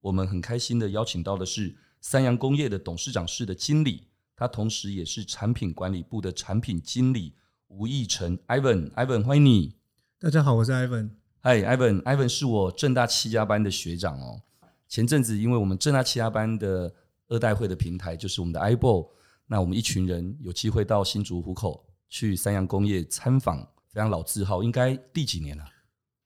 我们很开心的邀请到的是三洋工业的董事长室的经理，他同时也是产品管理部的产品经理吴义成 Ivan，Ivan 欢迎你。大家好，我是 Ivan。嗨，Ivan，Ivan 是我正大七家班的学长哦。前阵子，因为我们正大七家班的二代会的平台就是我们的 iBall，那我们一群人有机会到新竹湖口去三洋工业参访，非常老字号，应该第几年了？啊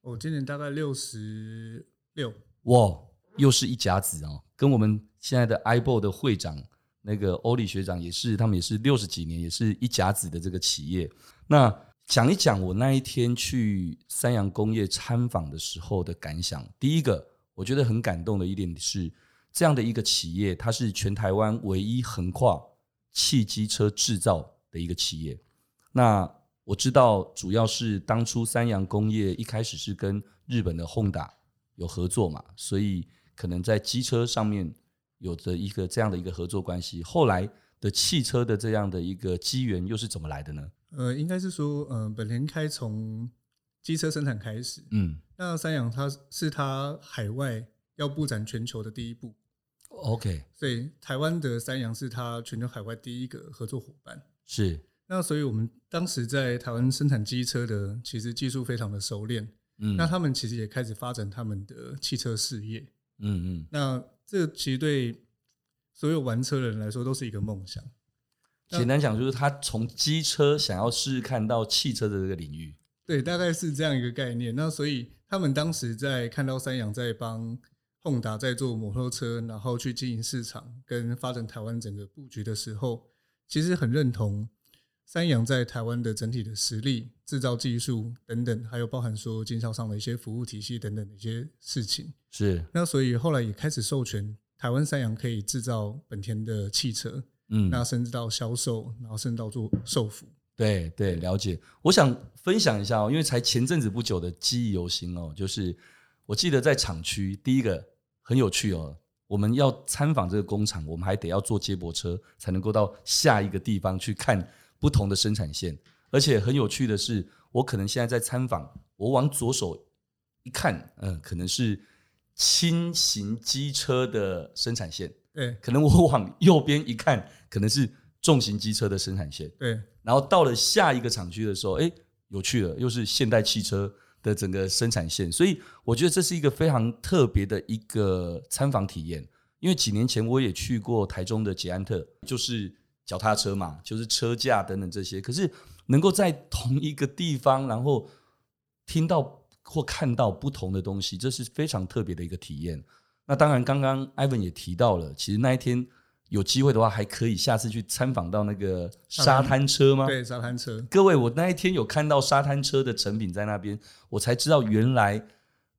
我、哦今年大概六十六，哇，又是一甲子哦，跟我们现在的 iBall 的会长那个欧里学长也是，他们也是六十几年，也是一甲子的这个企业。那讲一讲我那一天去三洋工业参访的时候的感想。第一个，我觉得很感动的一点是，这样的一个企业，它是全台湾唯一横跨汽机车制造的一个企业。那我知道，主要是当初三洋工业一开始是跟日本的 Honda 有合作嘛，所以可能在机车上面有着一个这样的一个合作关系。后来的汽车的这样的一个机缘又是怎么来的呢？呃，应该是说，呃，本田开从机车生产开始，嗯那三洋它是它海外要布展全球的第一步，哦，OK，所以台湾的三洋是它全球海外第一个合作伙伴。是，那所以我们当时在台湾生产机车的，其实技术非常的熟练。嗯，那他们其实也开始发展他们的汽车事业。嗯嗯，那这其实对所有玩车的人来说都是一个梦想。那简单讲就是他从机车想要试试看到汽车的这个领域，对，大概是这样一个概念。那所以他们当时在看到三洋在帮 Honda 在做摩托车，然后去经营市场跟发展台湾整个布局的时候，其实很认同三洋在台湾的整体的实力、制造技术等等，还有包含说经销商的一些服务体系等等的一些事情。是，那所以后来也开始授权台湾三洋可以制造本田的汽车，嗯，那甚至到销售，然后甚至到做售服。对对，了解。我想分享一下哦，因为才前阵子不久的记忆犹新哦，就是我记得在厂区，第一个很有趣哦，我们要参访这个工厂，我们还得要坐接驳车才能够到下一个地方去看不同的生产线。而且很有趣的是，我可能现在在参访，我往左手一看，嗯、可能是轻型机车的生产线；对可能我往右边一看，可能是重型机车的生产线。对，然后到了下一个厂区的时候，哎，有趣了，又是现代汽车的整个生产线，所以我觉得这是一个非常特别的一个参访体验。因为几年前我也去过台中的捷安特，就是脚踏车嘛，就是车架等等这些，可是能够在同一个地方，然后听到或看到不同的东西，这是非常特别的一个体验。那当然，刚刚 Ivan 也提到了，其实那一天有机会的话，还可以下次去参访到那个沙滩车吗？对沙滩车。各位，我那一天有看到沙滩车的成品在那边，我才知道原来，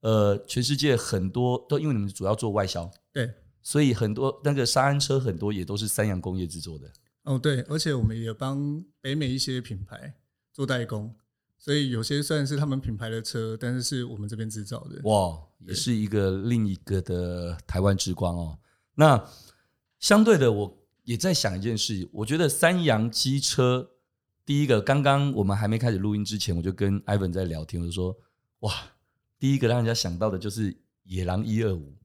呃，全世界很多都因为你们主要做外销，对，所以很多那个沙滩车很多也都是三洋工业制作的。哦，对，而且我们也帮北美一些品牌做代工，所以有些虽然是他们品牌的车，但是是我们这边制造的。哇，也是一个另一个的台湾之光哦。那相对的，我也在想一件事，我觉得三洋机车，第一个，刚刚我们还没开始录音之前，我就跟 Ivan 在聊天，我就说，哇，第一个让人家想到的就是野狼一二五。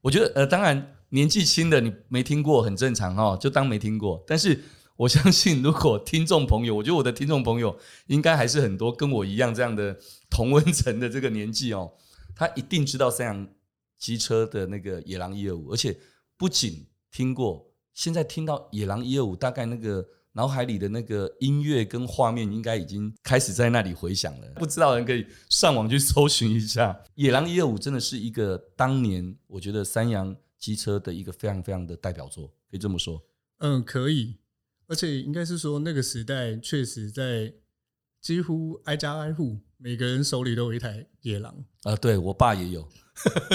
我觉得，呃，当然年纪轻的你没听过很正常哦，就当没听过。但是我相信，如果听众朋友，我觉得我的听众朋友应该还是很多跟我一样这样的同温层的这个年纪哦。他一定知道三洋机车的那个野狼一二五，而且不仅听过，现在听到野狼一二五，大概那个脑海里的那个音乐跟画面应该已经开始在那里回响了。不知道的人可以上网去搜寻一下，野狼一二五真的是一个当年我觉得三洋机车的一个非常非常的代表作，可以这么说。嗯，可以，而且应该是说那个时代确实在几乎挨家挨户，每个人手里都有一台野狼。呃 啊，对我爸也有，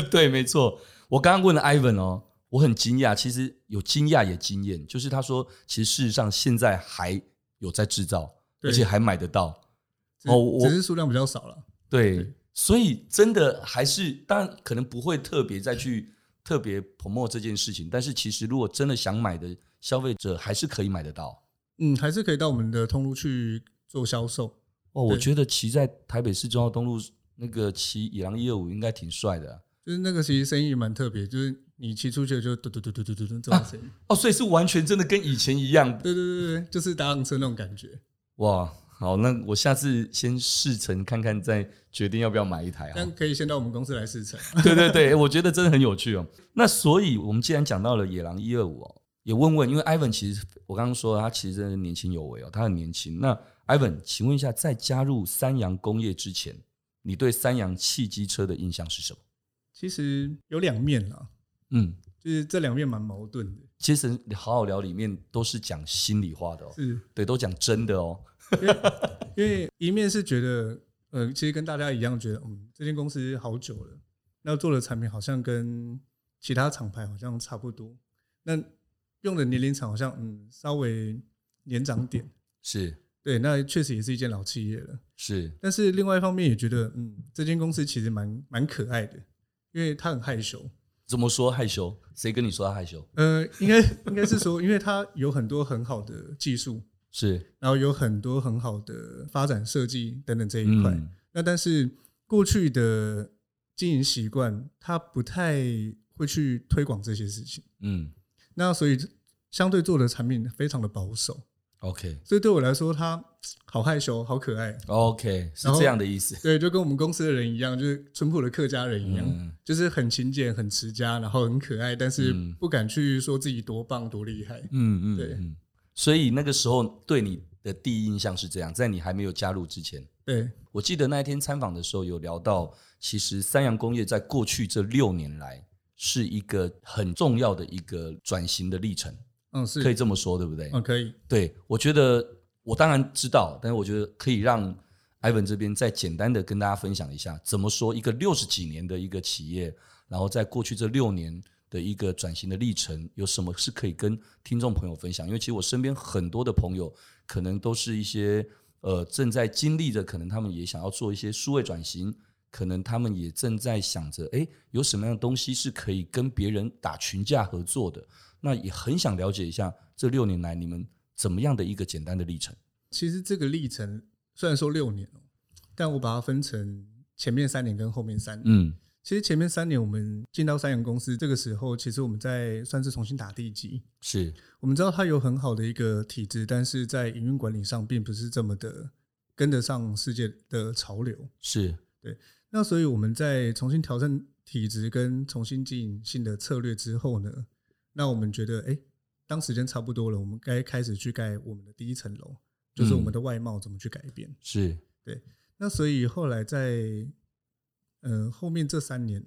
对，没错。我刚刚问了 Ivan 哦，我很惊讶，其实有惊讶也惊艳，就是他说，其实事实上现在还有在制造，对而且还买得到。只哦我只是数量比较少了。对对，所以真的还是，当然可能不会特别再去特别 promote 这件事情，但是其实如果真的想买的消费者，还是可以买得到。嗯，还是可以到我们的通路去做销售。哦，我对觉得骑在台北市中央东路那个骑野狼一二五应该挺帅的啊、就是那个其实生意蛮特别，就是你骑出去就嘟嘟嘟嘟嘟嘟嘟这种声 音，哦，所以是完全真的跟以前一样。对对对对，就是打挡车那种感觉。哇，好，那我下次先试乘看看，再决定要不要买一台啊。但可以先到我们公司来试乘。 对对对，我觉得真的很有趣哦。那所以我们既然讲到了野狼一二五哦，也问问，因为 Ivan 其实我刚刚说了他其实真的年轻有为哦，他很年轻。那 Ivan，请问一下，在加入三洋工业之前，你对三洋汽机车的印象是什么？其实有两面啦，嗯就是这两面蛮矛盾的。 ，Jason 好好聊里面都是讲心里话的哦，是对，都讲真的哦。因为一面是觉得，呃，其实跟大家一样，觉得嗯，这间公司好久了，那做的产品好像跟其他厂牌好像差不多，那用的年龄层好像嗯稍微年长点，是对，那确实也是一间老企业了。是，但是另外一方面也觉得，嗯，这间公司其实蛮蛮可爱的，因为他很害羞。怎么说害羞？谁跟你说他害羞？呃，应该应该是说，因为他有很多很好的技术，是，然后有很多很好的发展设计等等这一块。嗯，那但是过去的经营习惯，他不太会去推广这些事情，嗯那所以相对做的产品非常的保守， ，OK 所以对我来说，他好害羞，好可爱。 OK，是然后这样的意思。对，就跟我们公司的人一样，就是淳朴的客家人一样，嗯就是很勤俭、很持家，然后很可爱，但是嗯不敢去说自己多棒、多厉害。嗯嗯，对嗯，所以那个时候对你的第一印象是这样，在你还没有加入之前，对，我记得那一天参访的时候有聊到，其实三洋工业在过去这六年来是一个很重要的一个转型的历程，嗯，是可以这么说对不对？嗯，可以，对，我觉得我当然知道，但是我觉得可以让 Ivan 这边再简单的跟大家分享一下，怎么说一个六十几年的一个企业，然后在过去这六年的一个转型的历程，有什么是可以跟听众朋友分享？因为其实我身边很多的朋友，可能都是一些呃正在经历着，可能他们也想要做一些数位转型。可能他们也正在想着，诶，有什么样的东西是可以跟别人打群架合作的？那也很想了解一下这六年来你们怎么样的一个简单的历程。其实这个历程虽然说六年哦，但我把它分成前面三年跟后面三年。嗯其实前面三年我们进到三洋公司这个时候，其实我们在算是重新打地基。是，我们知道它有很好的一个体制，但是在营运管理上并不是这么的跟得上世界的潮流。是，那所以我们在重新调整体质跟重新进行新的策略之后呢，那我们觉得，哎、当时间差不多了，我们该开始去盖我们的第一层楼，就是我们的外貌怎么去改变。是，那所以后来在，呃，后面这三年，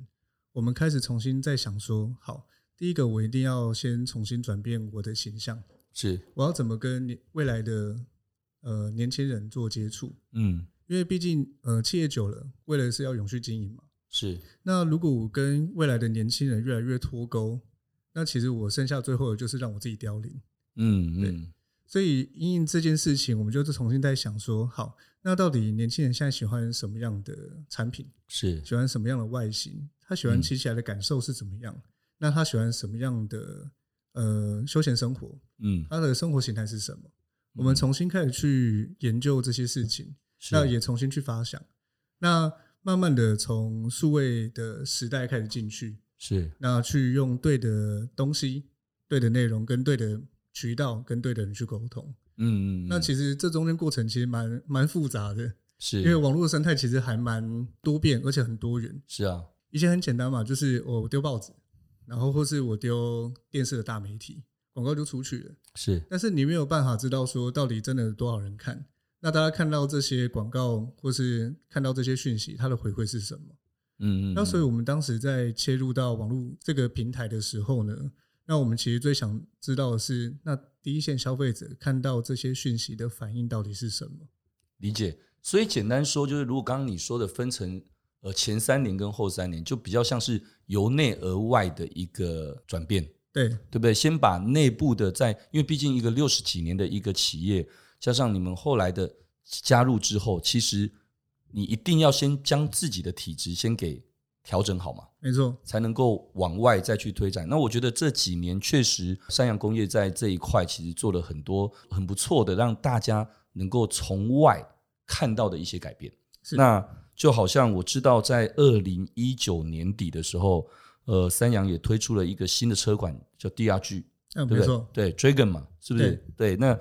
我们开始重新在想说，好，第一个我一定要先重新转变我的形象，是，我要怎么跟年未来的呃年轻人做接触？嗯，因为毕竟呃企业久了，为了是要永续经营嘛。是，那如果我跟未来的年轻人越来越脱钩，那其实我剩下最后的就是让我自己凋零。嗯嗯，所以因应这件事情，我们就是重新在想说，好，那到底年轻人现在喜欢什么样的产品，是，喜欢什么样的外形，他喜嗯欢骑起来的感受是怎么样？那他喜欢什么样的呃休闲生活？嗯，他的生活形态是什么？我们重新开始去研究这些事情，那是，也重新去发想。那慢慢的从数位的时代开始进去，是，那去用对的东西、对的内容、跟对的渠道、跟对的人去沟通。嗯嗯，那其实实这中间过程其实蛮蛮复杂的，是，因为网络的生态其实还蛮多变，而且很多元。是啊，以前很简单嘛，就是我丢报纸，然后或是我丢电视的大媒体广告就出去了。是，但是你没有办法知道说到底真的有多少人看。那大家看到这些广告或是看到这些讯息，它的回馈是什么？嗯嗯，那所以嗯我们当时在切入到网络这个平台的时候呢，那我们其实最想知道的是，那第一线消费者看到这些讯息的反应到底是什么？理解。所以简单说，就是如果刚刚你说的分成呃前三年跟后三年，就比较像是由内而外的一个转变。对对不对？先把内部的在，因为毕竟一个六十几年的一个企业，加上你们后来的加入之后，其实你一定要先将自己的体质先给调整好嘛。没错，才能够往外再去推展。那我觉得这几年确实三洋工业在这一块其实做了很多很不错的，让大家能够从外看到的一些改变。是那就好像我知道，在二零一九年底的时候，呃，三洋也推出了一个新的车款叫 DRG，嗯，对没不错，对？对，Dragon 嘛，是不是？对，那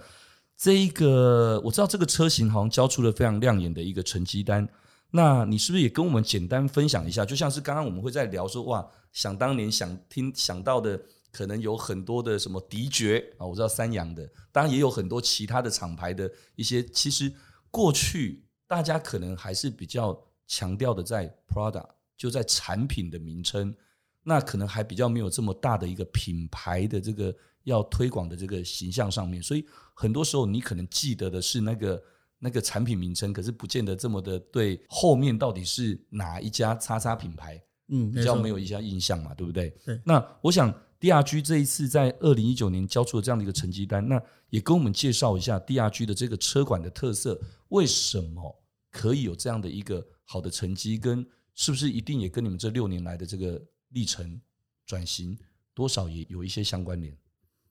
这一个我知道这个车型好像交出了非常亮眼的一个成绩单。那你是不是也跟我们简单分享一下？就像是刚刚我们会在聊说，哇，想当年想听想到的，可能有很多的什么迪爵啊，我知道三洋的，当然也有很多其他的厂牌的一些。其实过去大家可能还是比较强调的在 Prada，就在产品的名称，那可能还比较没有这么大的一个品牌的这个要推广的这个形象上面，所以很多时候你可能记得的是那个那个产品名称，可是不见得这么的对后面到底是哪一家叉叉品牌嗯，比较错没有一下印象嘛，对不对？对那我想 DRG 这一次在二零一九年交出了这样的一个成绩单，那也跟我们介绍一下 DRG 的这个车款的特色，为什么可以有这样的一个好的成绩，跟是不是一定也跟你们这六年来的这个历程转型多少也有一些相关联？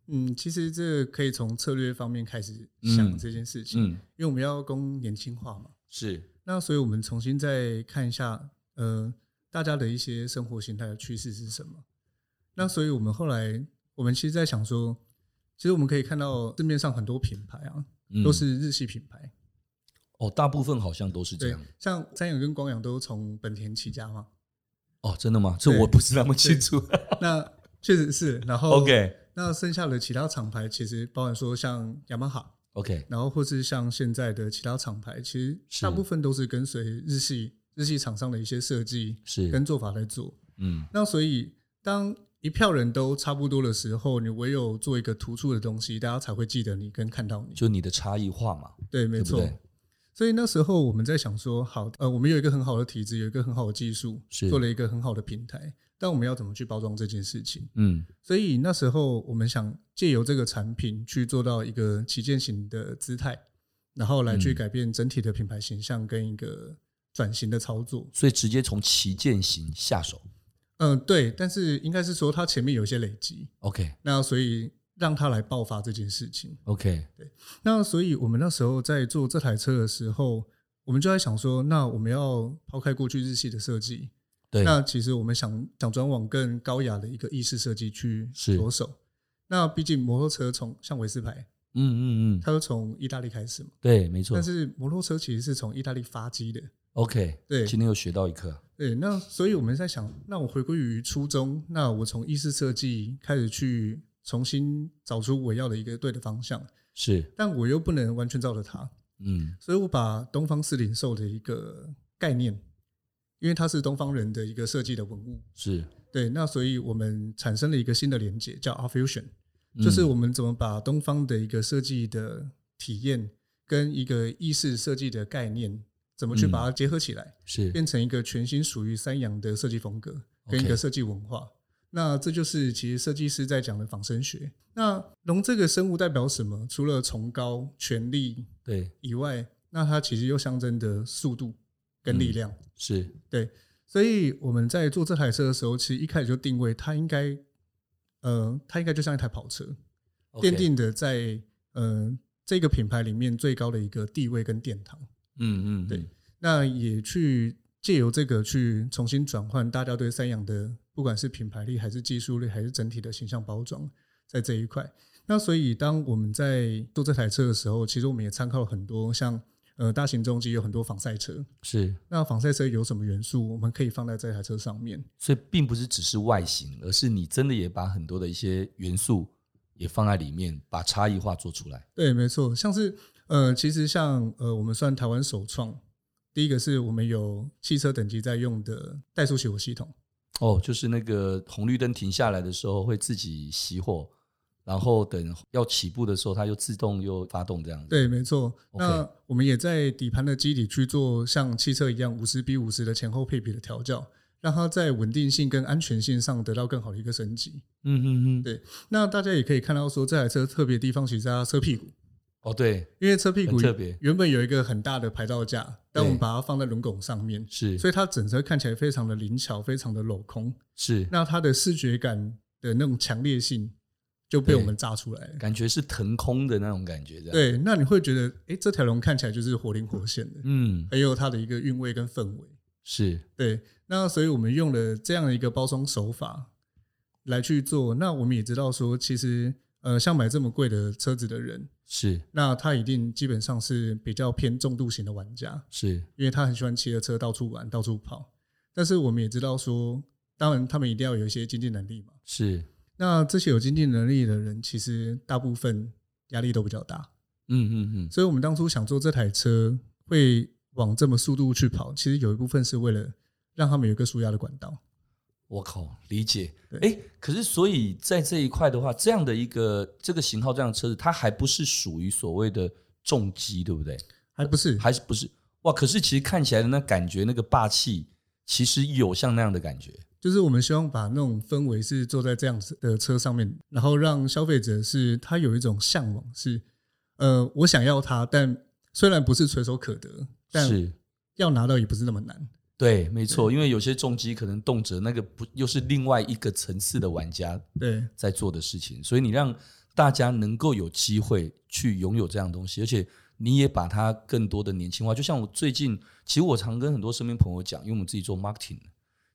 嗯，其实这可以从策略方面开始想嗯这件事嗯，情，因为我们要供年轻化嘛。是那所以我们重新再看一下，呃，大家的一些生活形态的趋势是什么？那所以我们后来，我们其实在想说，其实我们可以看到市面上很多品牌啊，嗯都是日系品牌。哦，大部分好像都是这对样。，像三洋跟光阳都从本田起家嘛，哦，真的吗？这对我不是那么清楚。 那确实是。然后 OK 那剩下的其他厂牌，其实包含说像雅马哈， OK，然后或是像现在的其他厂牌，其实是大部分都是跟随日系日系厂商的一些设计跟是做法来做。嗯那所以当一票人都差不多的时候，你唯有做一个突出的东西，大家才会记得你跟看到你。就你的差异化嘛，对，没对不错。对所以那时候我们在想说，好，呃，我们有一个很好的体制，有一个很好的技术，是做了一个很好的平台，但我们要怎么去包装这件事情？嗯所以那时候我们想借由这个产品去做到一个旗舰型的姿态，然后来去嗯改变整体的品牌形象跟一个转型的操作。所以直接从旗舰型下手。嗯、对，但是应该是说它前面有一些累积， OK 那所以让它来爆发这件事情。 OK，那所以我们那时候在做这台车的时候，我们就在想说，那我们要抛开过去日系的设计，对，那其实我们想想转往更高雅的一个意式设计去是着手。那毕竟摩托车从像维斯牌，嗯嗯嗯，它是从意大利开始嘛，对，没错但。是摩托车其实是从意大利发迹的。 OK，对今天又学到一课。对，那所以我们在想，那我回归于初衷，那我从意式设计开始去重新找出我要的一个对的方向，是，但我又不能完全照着它，嗯，所以我把东方四零兽的一个概念，因为它是东方人的一个设计的文物，是，对，那所以我们产生了一个新的连接，叫 R Fusion，嗯就是我们怎么把东方的一个设计的体验跟一个意式设计的概念，怎嗯么去把它结合起来，是变成一个全新属于三洋的设计风格跟一 OK 个设计文化。那这就是其实设计师在讲的仿生学。那龙这个生物代表什么？除了崇高、权力对，以外，那它其实又象征着速度跟嗯力量。是所以我们在做这台车的时候，其实一开始就定位它应该，呃，它应该就像一台跑车， ，OK，奠定的在呃这个品牌里面最高的一个地位跟殿堂。嗯嗯，嗯对，那也去借由这个去重新转换大家对三洋的，不管是品牌力还是技术力，还是整体的形象包装，在这一块。那所以当我们在做这台车的时候，其实我们也参考了很多像呃大型重机有很多仿赛车，是，那仿赛车有什么元素，我们可以放在这台车上面。所以并不是只是外形，而是你真的也把很多的一些元素也放在里面，把差异化做出来。对，没错，像是呃，其实像呃，我们算台湾首创，第一个是我们有汽车等级在用的怠速熄火系统，哦，就是那个红绿灯停下来的时候会自己熄火，然后等要起步的时候，它又自动又发动这样子。对，没错。 OK 那我们也在底盘的基底去做像汽车一样五十比五十的前后配比的调教，让它在稳定性跟安全性上得到更好的一个升级。嗯哼哼，对那大家也可以看到说，这台车特别的地方其实在它车屁股，哦对，因为车屁股很特别原本有一个很大的排道架，但我们把它放在轮拱上面，是所以它整车看起来非常的灵巧，非常的镂空。是，那它的视觉感的那种强烈性就被我们炸出来了。感觉是腾空的那种感觉，这样，对，那你会觉得，哎，这条龙看起来就是活灵活现的，嗯，很有它的一个韵味跟氛围。是对，那所以我们用了这样的一个包装手法来去做。那我们也知道说，其实呃，像买这么贵的车子的人，是那他一定基本上是比较偏重度型的玩家，是，因为他很喜欢骑着车到处玩、到处跑。但是我们也知道说，当然他们一定要有一些经济能力嘛。是，那这些有经济能力的人，其实大部分压力都比较大，嗯嗯嗯，所以我们当初想做这台车会往这么速度去跑，其实有一部分是为了让他们有一个舒压的管道。我靠，理解。对哎，可是所以在这一块的话，这样的一个这个型号这样的车子，它还不是属于所谓的重机，对不对？还不是，还是不是？哇，可是其实看起来的那感觉，那个霸气，其实有像那样的感觉。就是我们希望把那种氛围是坐在这样子的车上面，然后让消费者是他有一种向往是，呃，我想要它，但虽然不是垂手可得，但是，要拿到也不是那么难。对，没错，因为有些重机可能动辄那个不又是另外一个层次的玩家对，在做的事情，所以你让大家能够有机会去拥有这样的东西，而且你也把它更多的年轻化。就像我最近，其实我常跟很多身边朋友讲，因为我们自己做 marketing，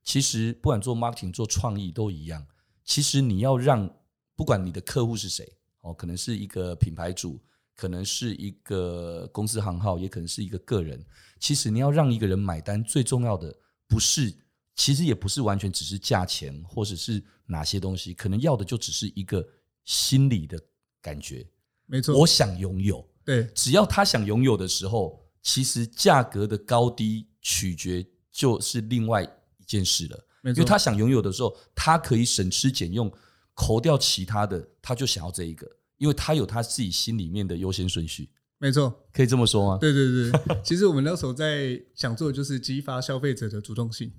其实不管做 marketing 做创意都一样，其实你要让不管你的客户是谁，哦，可能是一个品牌主，可能是一个公司行号，也可能是一个个人。其实你要让一个人买单，最重要的不是，其实也不是完全只是价钱或者是哪些东西，可能要的就只是一个心理的感觉，没我错，想拥有。对，只要他想拥有的时候，其实价格的高低取决就是另外一件事了。没因错，为他想拥有的时候，他可以省吃俭用，扣掉其他的，他就想要这一个，因为他有他自己心里面的优先顺序，没错，可以这么说吗？对对对。 其实我们那时候在想做的就是激发消费者的主动性，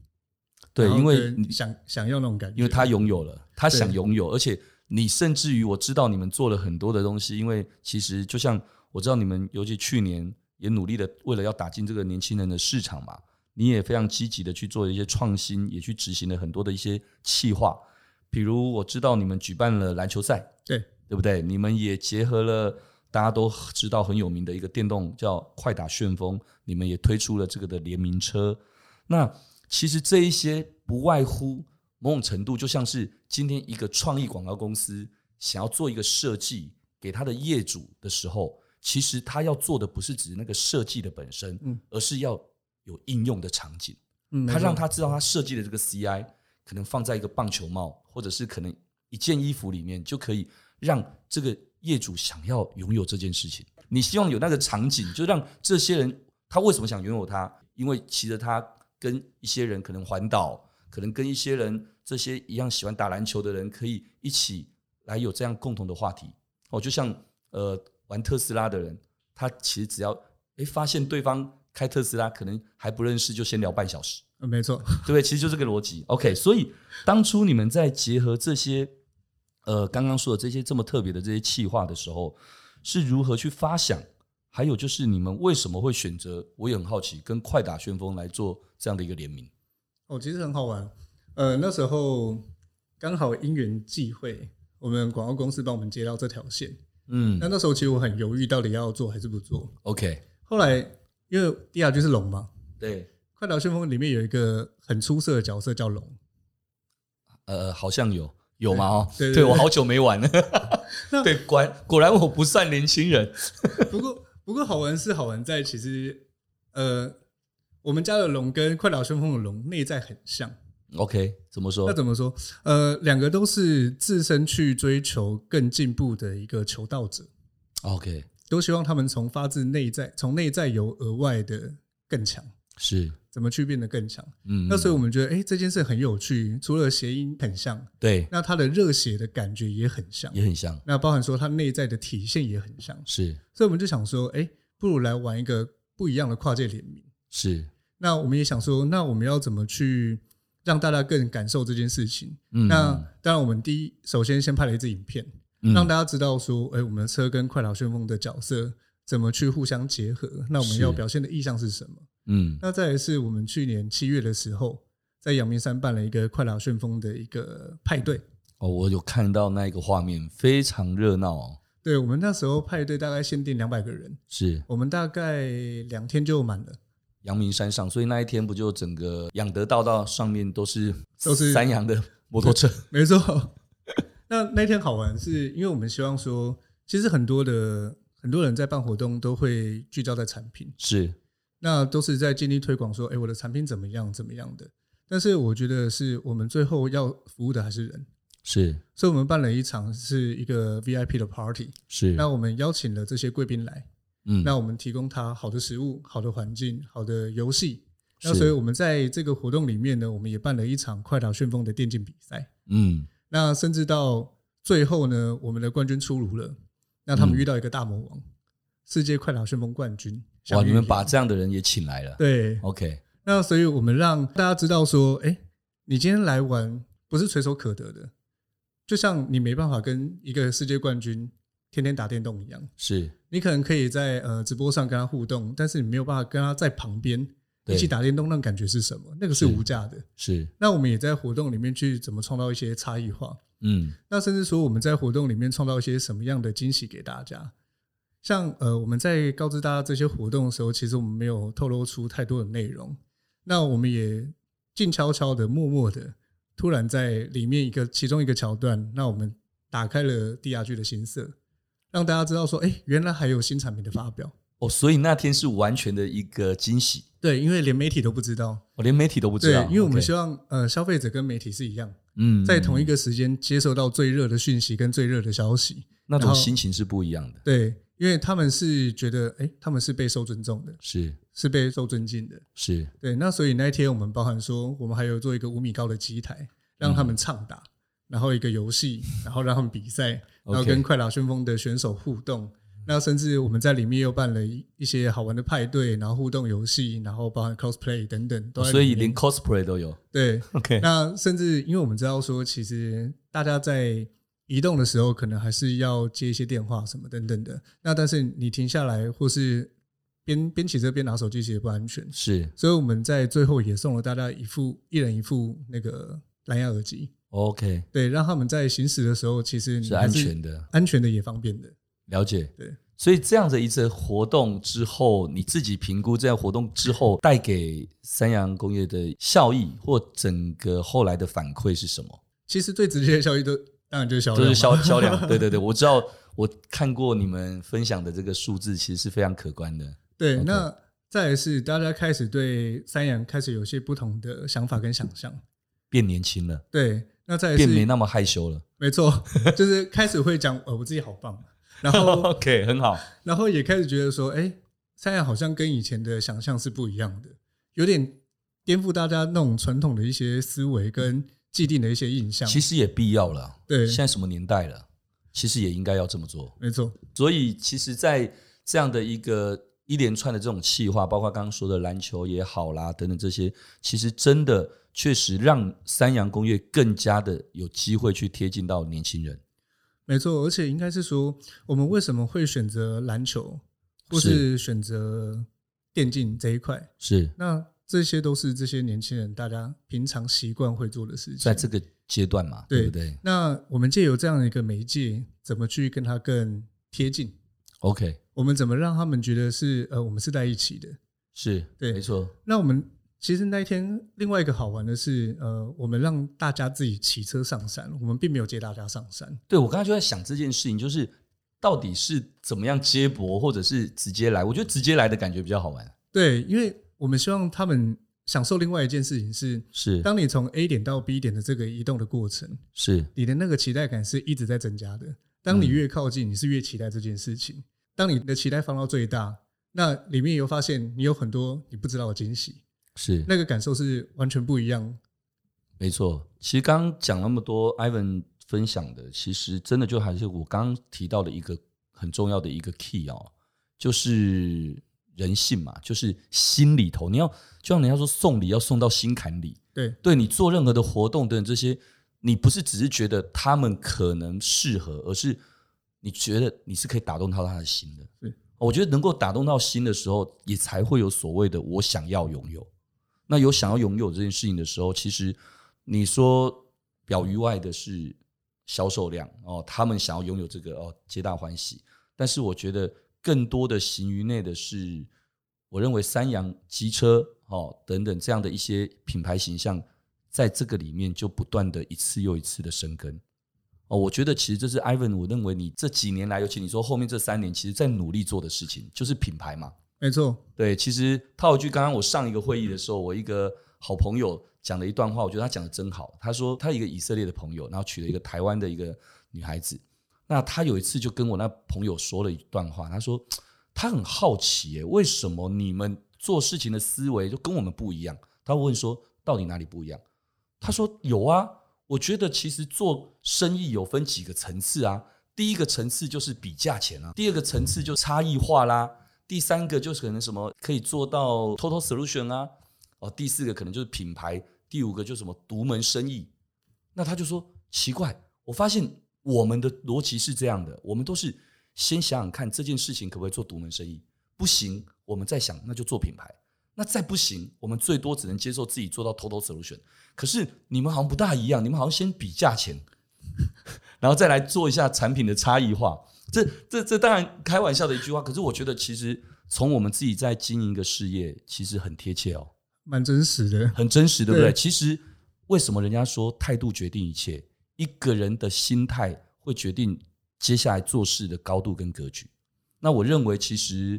对，然后因为跟你想想要那种感觉，因为他拥有了，他对想拥有，而且你甚至于我知道你们做了很多的东西，因为其实就像我知道你们，尤其去年也努力的为了要打进这个年轻人的市场嘛，你也非常积极的去做一些创新，也去执行了很多的一些企划，比如我知道你们举办了篮球赛，对对不对？你们也结合了大家都知道很有名的一个电动叫快打旋风，你们也推出了这个的联名车。那其实这一些不外乎某种程度就像是今天一个创意广告公司想要做一个设计给他的业主的时候，其实他要做的不是只是那个设计的本身，嗯而是要有应用的场景。嗯没他错让他知道他设计的这个 CI 可能放在一个棒球帽，或者是可能一件衣服里面，就可以让这个业主想要拥有这件事情。你希望有那个场景，就让这些人他为什么想拥有它？因为骑着它跟一些人可能环岛，可能跟一些人这些一样喜欢打篮球的人，可以一起来有这样共同的话题。哦，就像呃玩特斯拉的人，他其实只要诶发现对方开特斯拉，可能还不认识，就先聊半小时。呃没错，对不对？其实就这个逻辑。OK，所以当初你们在结合这些呃刚刚说的这些这么特别的这些企划的时候，是如何去发想？还有就是你们为什么会选择？我也很好奇，跟快打旋风来做这样的一个联名。哦，其实很好玩。呃，那时候刚好因缘际会，我们广告公司帮我们接到这条线。嗯那那时候其实我很犹豫，到底要做还是不做。 ，OK，后来因为第二就是龙嘛，对， 《快打旋风》里面有一个很出色的角色叫龙。呃，好像有有吗？哦，对对对我好久没玩了。那对，果然果然我不算年轻人。不过不过好玩是好玩在其实，呃，我们家的龙跟《快打旋风》的龙内在很像。 OK，怎么说那？怎么说？呃，两个都是自身去追求更进步的一个求道者。 OK，都希望他们从发自内在，从内在由而外的更强，是，怎么去变得更强？嗯，那所以以我们觉得，哎、这件事很有趣。除了谐音很像，对那他的热血的感觉也很像，也很像，那包含说他内在的体现也很像，是所以我们就想说，哎、不如来玩一个不一样的跨界联名。是，那我们也想说，那我们要怎么去让大家更感受这件事情。嗯那当然，我们第一首先先拍了一支影片，嗯让大家知道说，哎、我们的车跟快打旋风的角色怎么去互相结合，那我们是要表现的意向是什么？嗯那再来是我们去年七月的时候，在阳明山办了一个快打旋风的一个派对。哦，我有看到那一个画面，非常热闹哦，对我们那时候派对大概限定两百个人，是我们大概两天就满了。阳明山上，所以那一天不就整个养德道道上面都是都是三阳的摩托车，没错。 那那天好玩，是因为我们希望说，其实很多的很多人在办活动都会聚焦在产品，是那都是在尽力推广说，哎、我的产品怎么样怎么样的。但是我觉得是我们最后要服务的还是人，是所以我们办了一场是一个 VIP 的 party，是，那我们邀请了这些贵宾来，嗯那我们提供他好的食物、好的环境、好的游戏。那是所以我们在这个活动里面呢，我们也办了一场快打旋风的电竞比赛。嗯那甚至到最后呢，我们的冠军出炉了，那他们嗯遇到一个大魔王，世界快打旋风冠军。哇，想你们玉把婷这样的人也请来了对， ，OK，那所以我们让大家知道说，哎、你今天来玩不是垂手可得的，就像你没办法跟一个世界冠军天天打电动一样，是你可能可以在呃直播上跟他互动，但是你没有办法跟他在旁边对一起打电动，那种感觉是什么？那个是是无价的。是，那我们也在活动里面去怎么创造一些差异化。嗯那甚至说我们在活动里面创造一些什么样的惊喜给大家？像呃，我们在告知大家这些活动的时候，其实我们没有透露出太多的内容。那我们也静悄悄的、默默的，突然在里面一个其中一个桥段，那我们打开了 DRG 的新色，让大家知道说，哎，原来还有新产品的发表。哦，所以那天是完全的一个惊喜，对，因为连媒体都不知道。我连媒体都不知对道，，因为我们 OK 希望呃消费者跟媒体是一样，嗯在同一个个时间接收到最热的讯息跟最热的消息。嗯那种然后心情是不一样的，对，因为他们是觉得，哎、他们是被受尊重的，是是被受尊敬的。是对，那所以那一天我们包含说，我们还有做一个五米高的机台，让嗯他们畅打，然后一个游戏，然后让他们比赛，然后 OK 跟快打旋风的选手互动。那甚至我们在里面又办了一一些好玩的派对，然后互动游戏，然后包含 cosplay 等等，都在哦所以里面连 cosplay 都有对，OK，那甚至因为我们知道说，其实大家在移动的时候，可能还是要接一些电话什么等等的。那但是你停下来，或是边边骑车边拿手机，其实不安全。是所以我们在最后也送了大家一副一人一副那个蓝牙耳机， OK，对，让他们在行驶的时候其实你是嗯还安全的，安全的也方便的。了解，对。所以这样的一次活动之后，你自己评估这样活动之后带给三洋工业的效益，或整个后来的反馈是什么？其实最直接的效益都当然就是销就量嘛，是 销销量，对对对，我知道，我看过你们分享的这个数字，其实是非常可观的。对。 OK 那再来是大家开始对三洋开始有些不同的想法跟想象，变年轻了，对。那再来是变没那么害羞 了。没错，就是开始会讲呃我自己好棒，然后哦 OK，很好，然后也开始觉得说，哎、三亚好像跟以前的想象是不一样的，有点颠覆大家那种传统的一些思维跟既定的一些印象。其实也必要了。对现在什么年代了，其实也应该要这么做。没错，所以，其实，在这样的一个一连串的这种企划，包括刚刚说的篮球也好啦，等等这些，其实真的确实让三洋工业更加的有机会去贴近到年轻人。没错，而且应该是说，我们为什么会选择篮球，或是选择电竞这一块？是那这些都是这些年轻人大家平常习惯会做的事情。在这个阶段嘛，对对不对那我们借由这样的一个媒介，怎么去跟他更贴近？ ？OK，我们怎么让他们觉得是呃，我们是在一起的？是对没错，那我们其实那一天另外一个好玩的是，呃，我们让大家自己骑车上山，我们并没有接大家上山。对我刚才就在想这件事情，就是到底是怎么样接驳，或者是直接来？我觉得直接来的感觉比较好玩。对，因为我们希望他们享受另外一件事情是，是当你从 A 点到 B 点的这个移动的过程，是你的那个期待感是一直在增加的。当你嗯越靠近，你是越期待这件事情。当你的期待放到最大，那里面有发现你有很多你不知道的惊喜，是，那个感受是完全不一样。没错，其实刚刚讲那么多，Ivan 分享的，其实真的就还是我刚刚提到的一个很重要的一个 key 哦，就是人性嘛，就是心里头，你要就像人家说送礼要送到心坎里，对对你做任何的活动等等这些，你不是只是觉得他们可能适合，而是你觉得你是可以打动到他的心的。是我觉得能够打动到心的时候，也才会有所谓的我想要拥有。那有想要拥有这件事情的时候，其实你说表于外的是销售量哦，他们想要拥有这个哦，皆大欢喜。但是我觉得更多的行于内的是，我认为三洋机车哦等等这样的一些品牌形象，在这个里面就不断的一次又一次的生根。哦，我觉得其实这是 Ivan，我认为你这几年来，尤其你说后面这三年，其实在努力做的事情就是品牌嘛。没错，对，其实套一句，刚刚我上一个会议的时候，我一个好朋友讲了一段话，我觉得他讲的真好。他说他有一个以色列的朋友，然后娶了一个台湾的一个女孩子。那他有一次就跟我那朋友说了一段话，他说他很好奇耶，为什么你们做事情的思维就跟我们不一样？他问说到底哪里不一样？他说有啊，我觉得其实做生意有分几个层次啊。第一个层次就是比价钱啊，第二个层次就差异化啦，第三个就是可能什么可以做到 total solution 啊，哦，第四个可能就是品牌，第五个就是什么独门生意。那他就说奇怪，我发现我们的逻辑是这样的，我们都是先想想看这件事情可不可以做独门生意，不行我们再想那就做品牌，那再不行我们最多只能接受自己做到 total solution。可是你们好像不大一样，你们好像先比价钱， 然后再来做一下产品的差异化。这这这当然开玩笑的一句话，可是我觉得其实从我们自己在经营一个事业，其实很贴切哦，蛮真实的。很真实，对不对？对其实为什么人家说态度决定一切？一个人的心态会决定接下来做事的高度跟格局。那我认为其实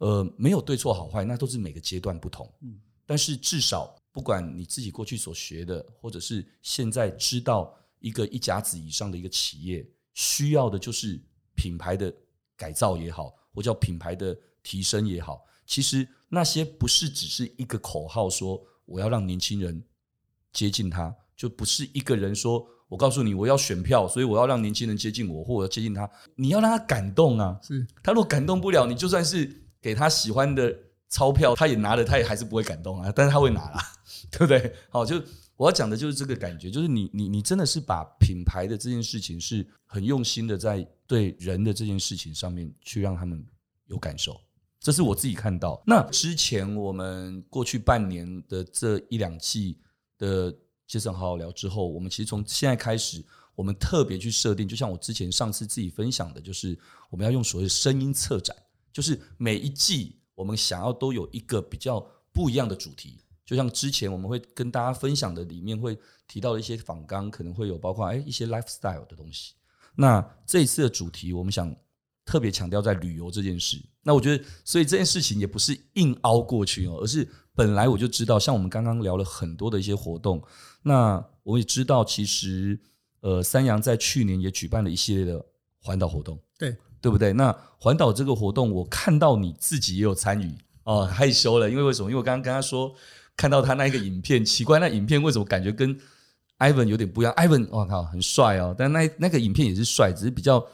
呃没有对错好坏，那都是每个阶段不同。嗯但是至少不管你自己过去所学的，或者是现在知道一个一甲子以上的一个企业需要的就是品牌的改造也好，或叫品牌的提升也好，其实那些不是只是一个口号说我要让年轻人接近他，就不是一个人说。我告诉你，我要选票，所以我要让年轻人接近我，或我要接近他。你要让他感动啊！是他如果感动不了，你就算是给他喜欢的钞票，他也拿了，他也还是不会感动啊。但是他会拿啦， 对不对？好，就我要讲的就是这个感觉，就是你你你真的是把品牌的这件事情是很用心的，在对人的这件事情上面去让他们有感受。这是我自己看到。那之前我们过去半年的这一两季的杰森好好聊之后，我们其实从现在开始，我们特别去设定，就像我之前上次自己分享的，就是我们要用所谓的声音策展，就是每一季我们想要都有一个比较不一样的主题。就像之前我们会跟大家分享的，里面会提到的一些访纲，可能会有包括哎一些 lifestyle 的东西。那这一次的主题，我们想特别强调在旅游这件事。那我觉得，所以这件事情也不是硬凹过去哦，而是本来我就知道，像我们刚刚聊了很多的一些活动，那我也知道，其实呃，三洋在去年也举办了一系列的环岛活动，对对不对？那环岛这个活动，我看到你自己也有参与哦，害羞了，因为为什么？因为我刚刚跟他说，看到他那一个影片，奇怪，那影片为什么感觉跟 Ivan 有点不一样？Ivan，我靠，很帅哦，但那那个影片也是帅，只是比较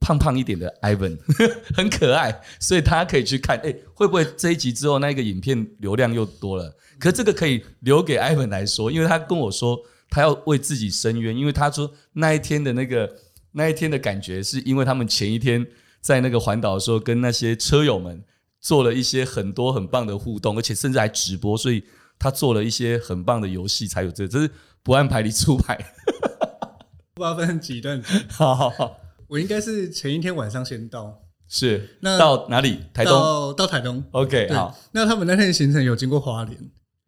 胖胖一点的 Ivan，很 可爱，所以大家可以去看。哎，会不会这一集之后那个影片流量又多了？可这个可以留给 Ivan 来说，因为他跟我说他要为自己申冤，因为他说那一天的那个那一天的感觉，是因为他们前一天在那个环岛的时候跟那些车友们做了一些很多很棒的互动，而且甚至还直播，所以他做了一些很棒的游戏，才有这这是不按牌理出牌。 不知道分几段几，好好好，我应该是前一天晚上先到，是那到哪里？台东。到到台东。 OK，对好，，那他们那天的行程有经过花莲，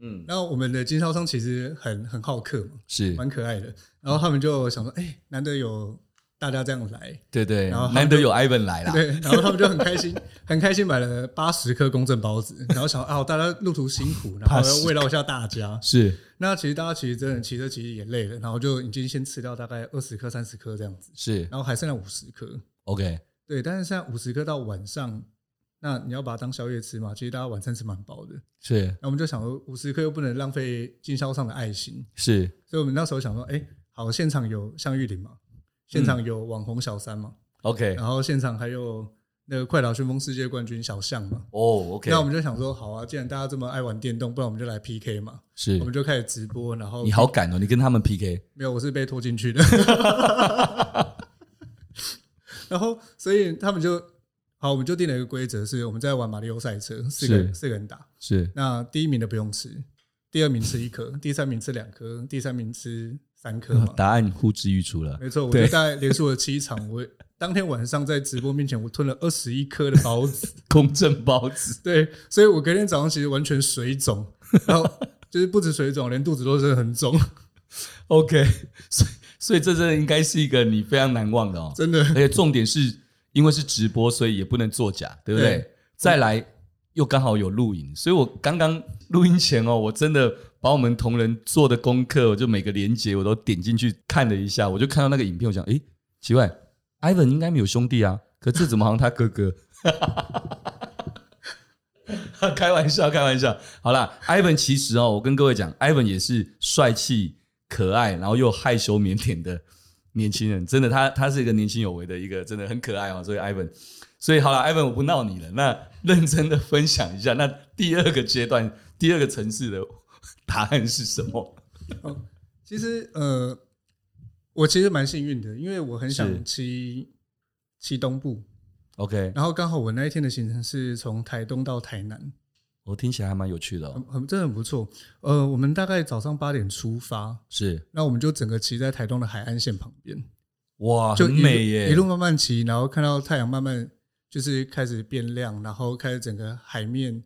嗯，然后我们的经销商其实很很好客嘛，是蛮可爱的。然后他们就想说，哎、难得有大家这样来，对对，然后他们难得有 Ivan 来啦。对，然后他们就很开心，很开心买了八十颗公正包子，然后想啊，大家路途辛苦，然后要慰劳一下大家。是那其实大家其实真的骑车其实也累了，然后就已经先吃掉大概二十颗、三十颗这样子，是然后还剩下五十颗。 ，OK，对，但是现在五十颗到晚上，那你要把它当宵夜吃嘛？其实大家晚餐吃蛮饱的。是那我们就想说，五十颗又不能浪费经销商的爱心，是所以我们那时候想说，哎、好，现场有向玉林嘛，现场有网红小三嘛， OK，然后现场还有那个快打旋风世界冠军小象嘛。哦，OK，那我们就想说，好啊，既然大家这么爱玩电动，不然我们就来 PK 嘛。是我们就开始直播，然后嗯你好敢哦，你跟他们 PK，没有，我是被拖进 去的。然后，所以他们就好，我们就定了一个规则，是我们在玩马里奥赛车，四个人是四个人打。是那第一名的不用吃，第二名吃一颗，第三名吃两颗，第三名吃三颗嘛。答案呼之欲出了。没错，我就嗯对大概连输了七场。我当天晚上在直播面前，我吞了二十一颗的包子。公正包子，对，所以我隔天早上其实完全水肿，然后就是不止水肿，连肚子都是很肿， OK，所以所以这真的应该是一个你非常难忘的哦。真的 而且重点是因为是直播，所以也不能作假，对不对？对再来又刚好有录影，所以我刚刚录音前哦，我真的把我们同仁做的功课，我就每个连接我都点进去看了一下，我就看到那个影片，我想，诶，奇怪，Ivan 应该没有兄弟啊，可这怎么好像他哥哥？ 开玩笑，开玩笑。好啦 i v a n 其实哦，我跟各位讲，Ivan 也是帅气、可爱，然后又害羞腼腆的年轻人，真的，他他是一个年轻有为的一个，真的很可爱哦。所以 Ivan，所以好了，Ivan，我不闹你了。那认真的分享一下，那第二个阶段、第二个层次的答案是什么？其实呃，我其实蛮幸运的，因为我很是想骑骑东部， OK，然后刚好我那一天的行程是从台东到台南，我听起来还蛮有趣的哦很。很真的很不错。呃，我们大概早上八点出发，是那我们就整个骑在台东的海岸线旁边，哇，就哦很一路美耶，一路慢慢骑，然后看到太阳慢慢就是开始变亮，然后开始整个海面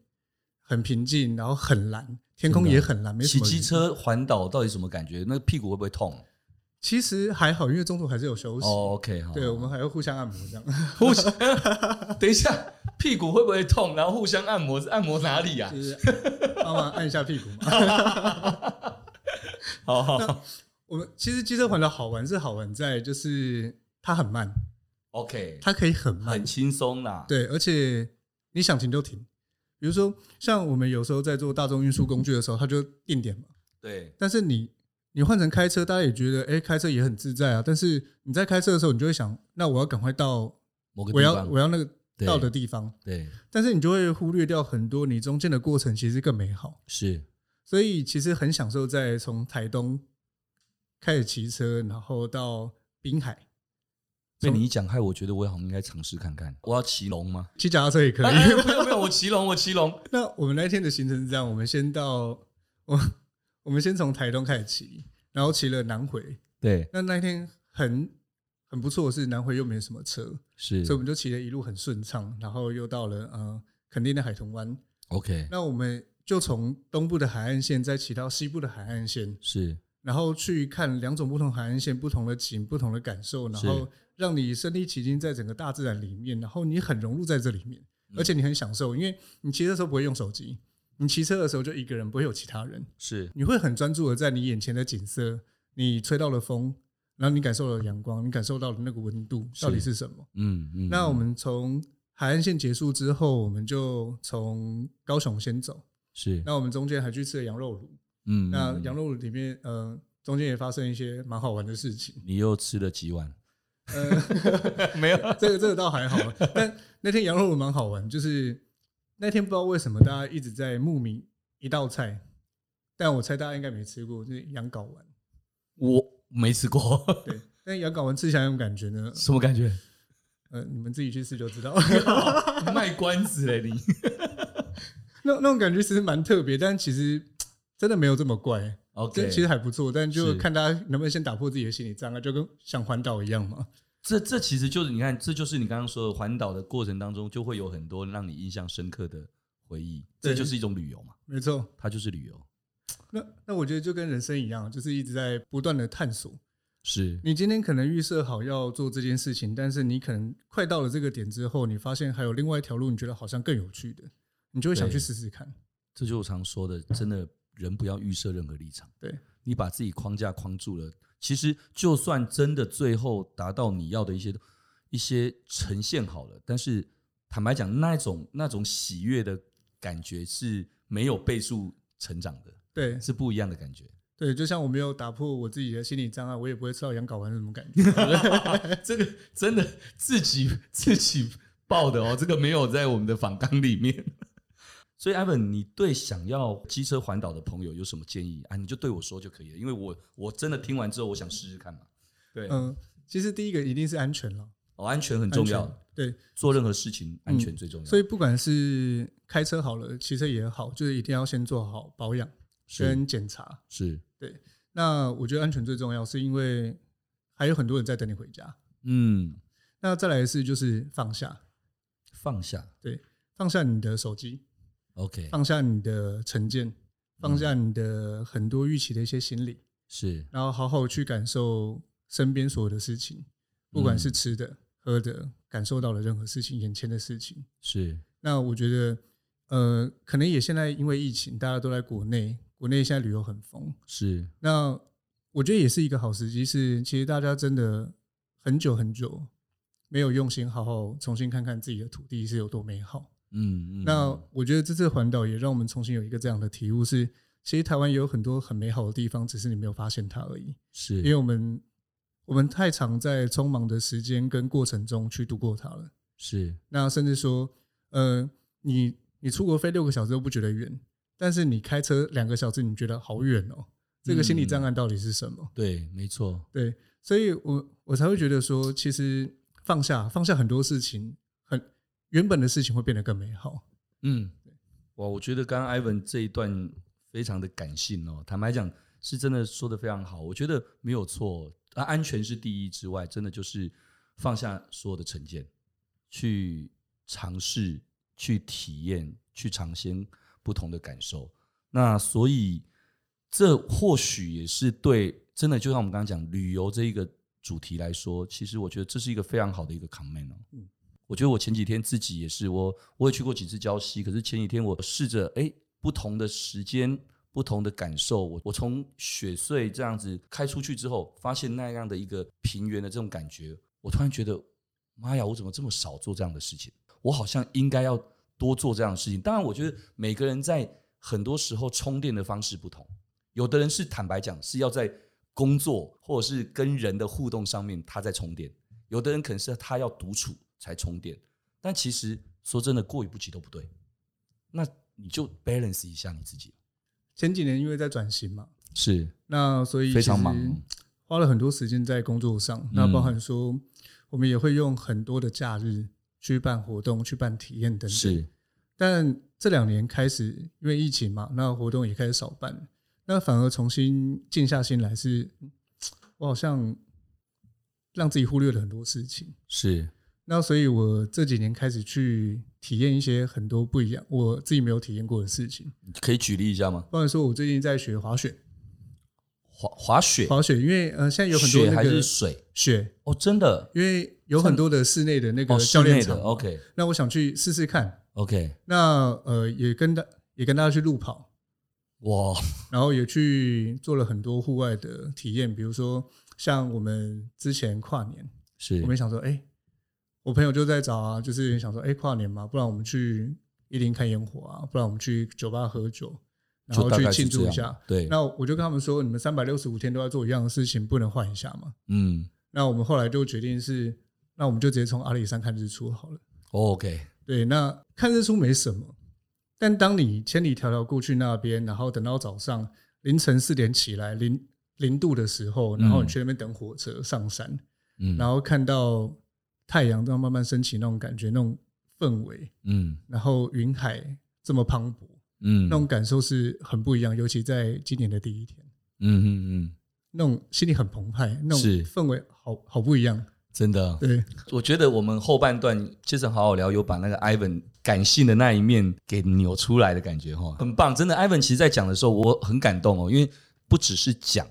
很平静，然后很蓝，天空真的也很蓝，没什骑么机云。车环岛到底什么感觉？那个屁股会不会痛？其实还好，因为中途还是有休息。哦，OK，好，对，我们还会互相按摩 这样。互相等一下，屁股会不会痛？然后互相按摩，按摩哪里啊就？是帮忙按一下屁股嘛。 好好好我们其实机车环的好玩是好玩在就是它很慢， ，OK，它可以很 慢很，轻松啦。对，而且你想停就停。比如说像我们有时候在做大众运输工具的时候，它就定点嘛。对但是你你换成开车，大家也觉得哎、诶开车也很自在啊。但是你在开车的时候，你就会想，那我要赶快到某个我地要方，我要那个对到的地方，对但是你就会忽略掉很多你中间的过程，其实更美好。是所以其实很享受在从台东开始骑车，然后到滨海被你一讲害，我觉得我好像应该尝试看看。我要骑龙吗？骑脚踏车也可 以。哎没有没有，我骑龙，我骑龙。那我们那一天的行程是这样，我们先到 我我们先从台东开始骑，然后骑了南回。 对，那那一天很很不错，的是南回又没什么车，是所以我们就骑的一路很顺畅，然后又到了呃垦丁的海豚湾。 OK，那我们就从东部的海岸线再骑到西部的海岸线，是然后去看两种不同海岸线、不同的景、不同的感受，然是后让你身临其境在整个大自然里面，然后你很融入在这里面，而且你很享受，因为你骑车的时候不会用手机，你骑车的时候就一个人，不会有其他人，是你会很专注的在你眼前的景色，你吹到了风，然后你感受了阳光，你感受到了那个温度到底是什么。嗯嗯。那我嗯们从海岸线结束之后，我们就从高雄先走，是那我们中间还去吃了羊肉炉。嗯，那嗯羊肉里面，呃，中间也发生一些蛮好玩的事情。你又吃了几 碗？没有， 这个这个倒还好。但那天羊肉蛮好玩，就是那天不知道为什么大家一直在慕名一道菜，但我猜大家应该没吃过，就是羊睾丸。我没吃过， 对，但羊睾丸吃起来有什么感觉呢？什么感觉？呃，你们自己去吃就知道。 卖关子嘞你！那那种感觉其实蛮特别，但其实真的没有这么怪。这 OK，其实还不错，但就是看大家能不能先打破自己的心理障碍，就跟想环岛一样嘛。这这其实就是你看，这就是你刚刚说的环岛的过程当中，就会有很多让你印象深刻的回忆，这对就是一种旅游嘛，没错。它就是旅游，那那我觉得就跟人生一样，就是一直在不断的探索。是你今天可能预设好要做这件事情，但是你可能快到了这个点之后，你发现还有另外一条路，你觉得好像更有趣的，你就会想对去试试看。这就是我常说的，真的人不要预设任何立场，对你把自己框架框住了，其实就算真的最后达到你要的一些一些呈现好了，但是坦白讲，那种那种喜悦的感觉是没有倍数成长的，对是不一样的感觉。对，就像我没有打破我自己的心理障碍，我 也不会知道羊睾丸是什么感觉。这个真的自己自己报的哦，这个没有在我们的访纲里面。 所以，Ivan，你对想要机车环岛的朋友有什么建议啊？你就对我说就可以了，因为我我真的听完之后，我想试试看嘛。对，嗯，其实第一个一定是安全了，哦，安全很安重全要，。对，做任何事情安全最重要。所以不管是开车好了，骑车也好，就是一定要先做好保养是跟检查。是，那我觉得安全最重要，是因为还有很多人在等你回家。嗯，那再来是就是放下，放下放下你的手机， ，OK，放下你的成见，放下你的很多预期的一些心理，是然后好好去感受身边所有的事情，不管是吃的、喝的，感受到的任何事情，眼前的事情。是，那我觉得，呃，可能也现在因为疫情，大家都在国内，国内现在旅游很疯。是，那我觉得也是一个好时机，是其实大家真的很久很久没有用心好好重新看看自己的土地是有多美好。嗯嗯，那嗯我觉得这次环岛也让我们重新有一个这样的体悟是，其实台湾也有很多很美好的地方，只是你没有发现它而已。是，因为我们我们太常在匆忙的时间跟过程中去度过它了。是那甚至说，呃，你你出国飞六个小时都不觉得远，但是你开车两个小时，你觉得好远哦。这个心嗯理障碍到底是什么？对，没错，对，所以我我才会觉得说，其实放下放下很多事情，很原本的事情会变得更美好。嗯，哇，我觉得刚刚 Ivan 这一段非常的感性哦，坦白讲是真的说的非常好，我觉得没有错，啊，安全是第一之外，真的就是放下所有的成见，去尝试、去体验、去尝鲜不同的感受。那所以这或许也是对真的，就像我们刚刚讲旅游这一个主题来说，其实我觉得这是一个非常好的一个 comment 哦。我觉得我前几天自己也是，我我也去过几次礁溪，可是前几天我试着哎不同的时间、不同的感受，我我从雪穗这样子开出去之后，发现那样的一个平原的这种感觉，我突然觉得，妈呀，我怎么这么少做这样的事情？我好像应该要多做这样的事情。当然，我觉得每个人在很多时候充电的方式不同，有的人是坦白讲是要在工作或者是跟人的互动上面他在充电，有的人可能是他要独处才充电。但其实说真的，过于不及都不对。那你就 balance 一下你自己，前几年因为在转型嘛，是那所以非常其实忙嗯花了很多时间在工作上。那包含说，我们也会用很多的假日去办活动、去办体验等等。是但这两年开始，因为疫情嘛，那活动也开始少办，那反而重新静下心来是，嗯我好像让自己忽略了很多事情。是那所以，我这几年开始去体验一些很多不一样，我自己没有体验过的事情。可以举例一下吗？包含说，我最近在学滑雪，滑滑雪，滑雪，因为呃，现在有很多雪那还个是水？雪，哦，真的因为有很多的室内的那个哦，教室练内场的嘛。 ，OK 那我想去试试看。 OK，那呃，也跟大也跟大家去路跑，哇，然后也去做了很多户外的体验，比如说像我们之前跨年，是我们想说，哎、我朋友就在找啊，就是想说，哎、跨年嘛，不然我们去一零看烟火啊，不然我们去酒吧喝酒，然后就大去概是庆祝一这样下。对，那我就跟他们说，你们三百六十五天都在做一样的事情，不能换一下嘛？嗯那我们后来就决定是，那我们就直接从阿里山看日出好了。哦，OK，对，那看日出没什么，但当你千里迢迢过去那边，然后等到早上凌晨四点起来零零度的时候，然后你去那边等火车上山，嗯，然后看到太阳这样慢慢升起那种感觉，那种氛围，嗯然后云海这么磅礴，嗯那种感受是很不一样，尤其在今年的第一天，嗯嗯嗯，那种心里很澎湃，那种是氛围好好不一样。真的，对，我觉得我们后半段接着好好聊，有把那个 Ivan 感性的那一面给扭出来的感觉哈，很棒，真的。Ivan 其实在讲的时候，我很感动哦，因为不只是讲，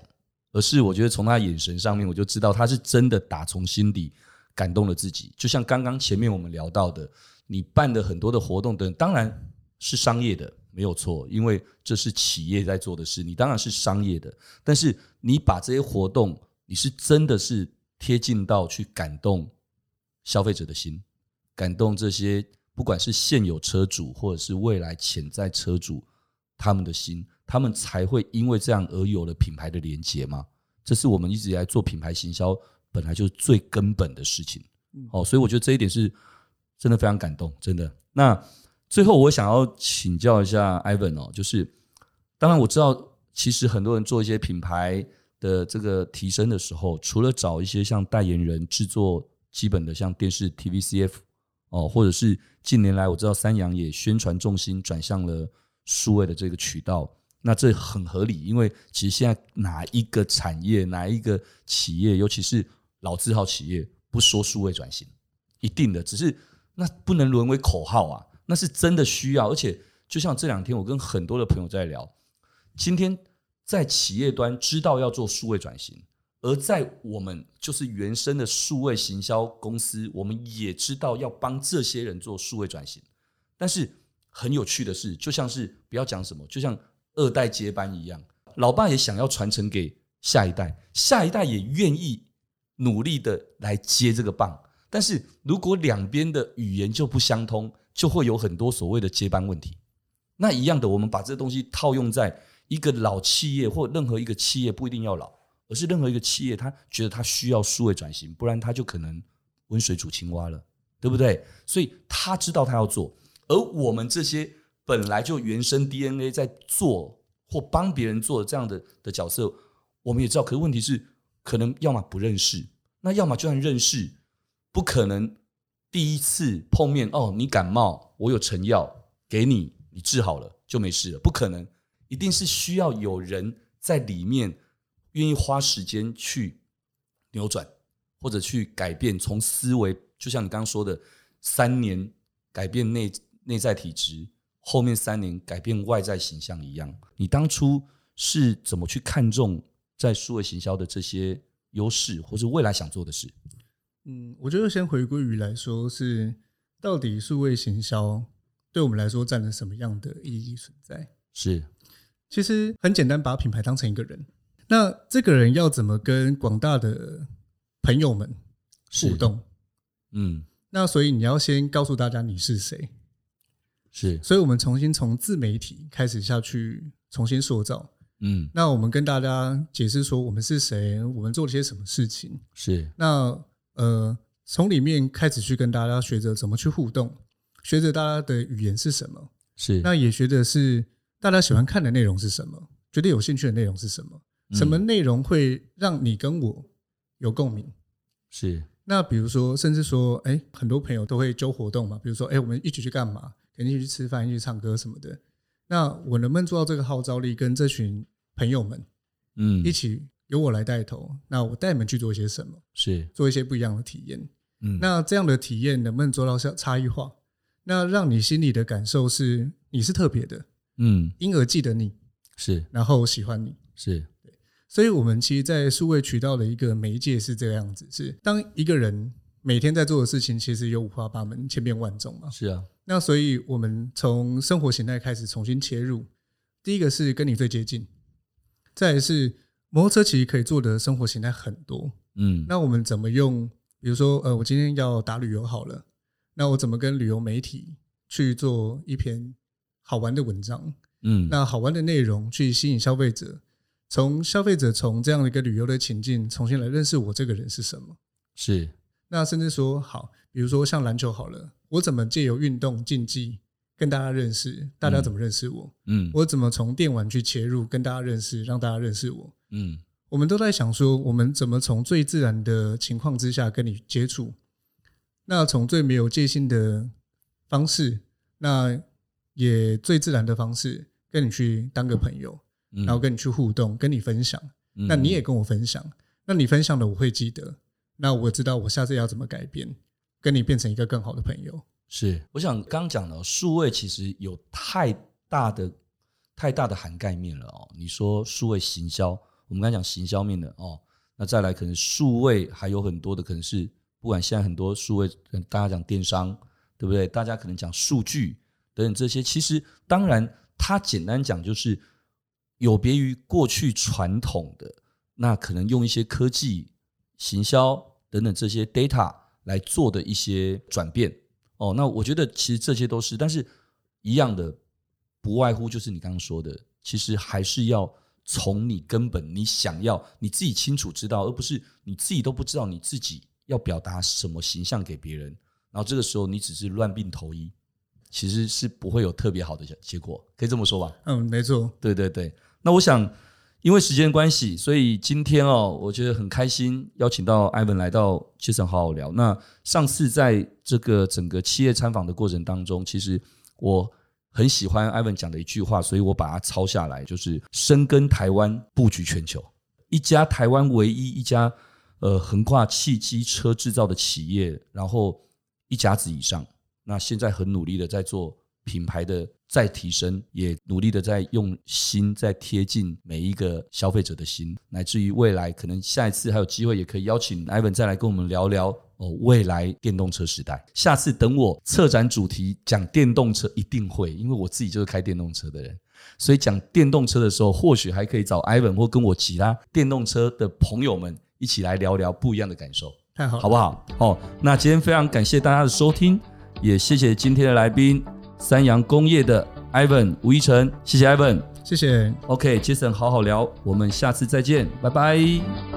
而是我觉得从他眼神上面，我就知道他是真的打从心底感动了自己。就像刚刚前面我们聊到的，你办的很多的活动等，当然是商业的，没有错，因为这是企业在做的事，你当然是商业的。但是你把这些活动，你是真的是贴近到去感动消费者的心，感动这些不管是现有车主或者是未来潜在车主他们的心，他们才会因为这样而有了品牌的连接嘛。这是我们一直以来做品牌行销本来就是最根本的事情嗯。哦，所以我觉得这一点是真的非常感动，真的。那最后我想要请教一下 Ivan 哦，就是当然我知道，其实很多人做一些品牌的这个提升的时候，除了找一些像代言人制作基本的像电视 TVCF 哦，或者是近年来我知道三洋也宣传重心转向了数位的这个渠道。那这很合理，因为其实现在哪一个产业、哪一个企业，尤其是老字号企业，不说数位转型，一定的，只是那不能沦为口号啊，那是真的需要。而且，就像这两天我跟很多的朋友在聊，今天在企业端知道要做数位转型，而在我们就是原生的数位行销公司，我们也知道要帮这些人做数位转型。但是很有趣的是，就像是不要讲什么，就像二代接班一样，老爸也想要传承给下一代，下一代也愿意努力的来接这个棒。但是如果两边的语言就不相通，就会有很多所谓的接班问题。那一样的，我们把这东西套用在一个老企业或任何一个企业，不一定要老，而是任何一个企业，他觉得他需要数位转型，不然他就可能温水煮青蛙了，对不对？所以他知道他要做，而我们这些本来就原生 DNA 在做或帮别人做这样的的角色，我们也知道。可是问题是，可能要么不认识，那要么就算认识，不可能第一次碰面哦，你感冒，我有成药给你，你治好了就没事了，不可能，一定是需要有人在里面愿意花时间去扭转，或者去改变，从思维，就像你刚刚说的，三年改变内内在体质，后面三年改变外在形象一样。你当初是怎么去看重在数位行销的这些优势，或是未来想做的事？嗯，我觉得先回归于来说是，到底数位行销对我们来说占了什么样的意义存在？是其实很简单，把品牌当成一个人。那这个人要怎么跟广大的朋友们是互，动？嗯，那所以你要先告诉大家你是谁。是，所以我们重新从自媒体开始下去重新塑造。嗯，那我们跟大家解释说我们是谁，我们做了些什么事情。是，那呃，从里面开始去跟大家学着怎么去互动，学着大家的语言是什么，是，那也学的是大家喜欢看的内容是什么，觉得有兴趣的内容是什么，嗯什么内容会让你跟我有共鸣。是，那比如说，甚至说，哎、很多朋友都会揪活动嘛，比如说，哎、我们一起去干嘛？肯定一起去吃饭，一起去唱歌什么的。那我能不能做到这个号召力，跟这群朋友们嗯一，起由我来带头？那我带你们去做一些什么？是，做一些不一样的体验。嗯，那这样的体验能不能做到差差异化？那让你心里的感受是你是特别的，嗯，因而记得你，是，然后喜欢你。是，所以，我们其实，在数位渠道的一个媒介是这个样子：是当一个人每天在做的事情，其实有五花八门、千变万种嘛。是啊，那所以，我们从生活形态开始重新切入。第一个是跟你最接近，再来是摩托车其实可以做的生活形态很多。嗯，那我们怎么用？比如说，呃，我今天要打旅游好了，那我怎么跟旅游媒体去做一篇好玩的文章？嗯，那好玩的内容去吸引消费者，从消费者从这样的一个旅游的情境重新来认识我这个人是什么。是，那甚至说，好，比如说像篮球好了，我怎么借由运动竞技跟大家认识？大家怎么认识我？嗯，我怎么从电玩去切入跟大家认识，让大家认识我？嗯，我们都在想说，我们怎么从最自然的情况之下跟你接触，那从最没有戒心的方式，那也最自然的方式跟你去当个朋友，嗯然后跟你去互动，跟你分享，嗯那你也跟我分享，那你分享的我会记得，那我知道我下次要怎么改变，跟你变成一个更好的朋友。是，我想刚讲了，数位其实有太大的太大的涵盖面了哦。你说数位行销，我们刚讲行销面的哦，那再来可能数位还有很多的可能是，不管现在很多数位，呃大家讲电商，对不对？大家可能讲数据等等这些，其实当然它简单讲就是有别于过去传统的那可能用一些科技、行销等等这些 data 来做的一些转变。哦，那我觉得其实这些都是，但是一样的，不外乎就是你刚刚说的，其实还是要从你根本你想要你自己清楚知道，而不是你自己都不知道你自己要表达什么形象给别人，然后这个时候你只是乱病投医，其实是不会有特别好的结果，可以这么说吧？嗯，没错，对对对，那我想，因为时间关系，所以今天哦，我觉得很开心邀请到艾文来到切城好好聊。那上次在这个整个企业参访的过程当中，其实我很喜欢艾文讲的一句话，所以我把它抄下来，就是深耕台湾，布局全球。一家台湾唯一一家呃横跨汽机车制造的企业，然后一甲子以上，那现在很努力的在做品牌的再提升，也努力的在用心在贴近每一个消费者的心，乃至于未来可能下一次还有机会，也可以邀请 Ivan 再来跟我们聊聊哦，未来电动车时代。下次等我策展主题讲电动车，一定会，因为我自己就是开电动车的人。所以讲电动车的时候，或许还可以找 Ivan 或跟我其他电动车的朋友们一起来聊聊不一样的感受。太好了，好不好？哦，那今天非常感谢大家的收听，也谢谢今天的来宾三洋工业的 Ivan 吴一成，谢谢 Ivan。谢谢。 OK，Jason、好好聊，我们下次再见，拜拜。